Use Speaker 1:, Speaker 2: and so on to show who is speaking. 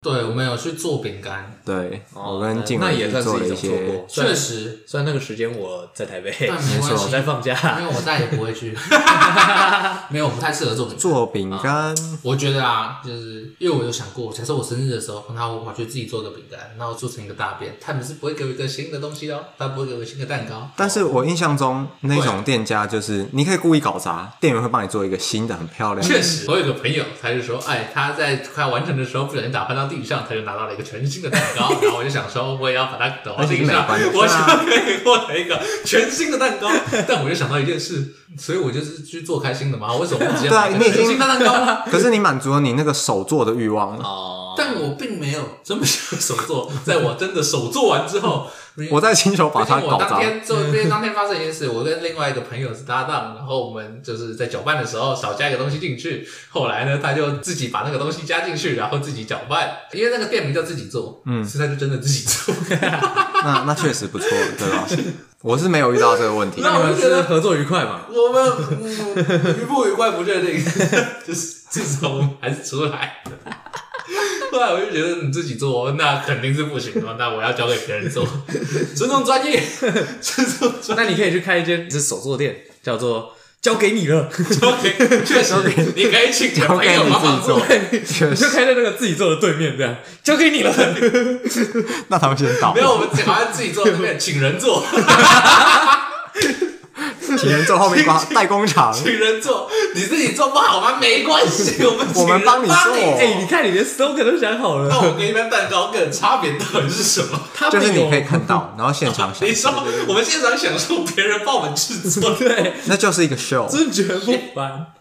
Speaker 1: 对，我们有去做饼干，
Speaker 2: 对，
Speaker 3: 哦
Speaker 2: 我跟静
Speaker 3: 那
Speaker 2: 文
Speaker 3: 也
Speaker 2: 去
Speaker 3: 算是
Speaker 2: 做了
Speaker 3: 一
Speaker 2: 一
Speaker 3: 种错
Speaker 2: 些
Speaker 3: 过，。虽
Speaker 1: 确
Speaker 3: 然
Speaker 1: 实，
Speaker 3: 虽然那个时间我在台北，
Speaker 1: 但没关
Speaker 3: 我
Speaker 1: 系
Speaker 3: 在，放假，
Speaker 1: 因为我再也不会 去。没有，我不太适合做饼干。
Speaker 2: 做饼干，
Speaker 1: 我觉得啊，就是因为我有想过，假设我生日的时候，然后我跑去自己做个饼干，然后做成一个大便，他们是不会给我一个新的东西哦，他不会给我新的蛋糕。
Speaker 2: 但是我印象中那种店家就是你可以故意搞砸，店员会帮你做一个新的，很漂 亮。
Speaker 1: 确实，我有个朋友，他就说，哎，他在快要完成的时候不小心打翻到地上，他就拿到了一个全新的蛋糕。然后我就想说，我也要把它抖到地上，
Speaker 2: 那已经美观了
Speaker 1: 我想可以获得一个全新的蛋糕。但我就想到一件事，所以我就是去做开心的嘛，为什么不直接
Speaker 2: 对啊
Speaker 1: 买一
Speaker 2: 你
Speaker 1: 个
Speaker 2: 已经
Speaker 1: 全新的蛋糕呢？
Speaker 2: 可是你满足了你那个手做的欲望了。
Speaker 3: 哦，
Speaker 1: 但我并没有真的手做，在我真的手做完之 后，
Speaker 2: 我再亲手把
Speaker 1: 毕
Speaker 2: 它
Speaker 1: 竟我
Speaker 2: 搞
Speaker 1: 当
Speaker 2: 砸。
Speaker 1: 天做，毕竟当天发生一件事，我跟另外一个朋友是搭档，然后我们就是在搅拌的时候少加一个东西进去，后来呢，他就自己把那个东西加进去，然后自己搅拌，因为那个店名叫自己做，嗯，所以他就真的自己做。
Speaker 2: 那那确实不错，对吧？我是没有遇到这个问题。
Speaker 1: 那
Speaker 3: 你
Speaker 1: 我
Speaker 3: 们
Speaker 1: 就觉
Speaker 3: 是
Speaker 1: 得
Speaker 3: 合作愉快 嘛？
Speaker 1: 我们嗯愉不愉快不确定，就是至少我们还是出来。后来我就觉得嗯你自己做那肯定是不行的，那我要交给别人做，尊重专业，尊重专
Speaker 3: 那你可以去开一间是手作店，叫做交给你 了，
Speaker 1: 业。确实，你可以请你的朋友帮忙做。
Speaker 3: 对，你就开在那个自己做的对面这样，交给你了。
Speaker 2: 哦那他们先倒
Speaker 1: 没，有，我们好像自己做那边请人做，
Speaker 2: 请人做后面把代工 厂，
Speaker 1: 请人做，你自己做不好吗？没关 系，我们
Speaker 2: 我们
Speaker 1: 请人
Speaker 2: 帮你做
Speaker 3: 哎、你看你连 slogan 都想好
Speaker 1: 那
Speaker 3: 了，
Speaker 1: 我跟一般蛋糕跟差别到底是什么？
Speaker 3: 他
Speaker 2: 就是
Speaker 3: 没有
Speaker 2: 你可以看到，然后现场 想
Speaker 1: 你，说我们现场享受别人帮我们制作，
Speaker 3: 对，
Speaker 2: 那就是一个 show。
Speaker 3: 真绝不凡。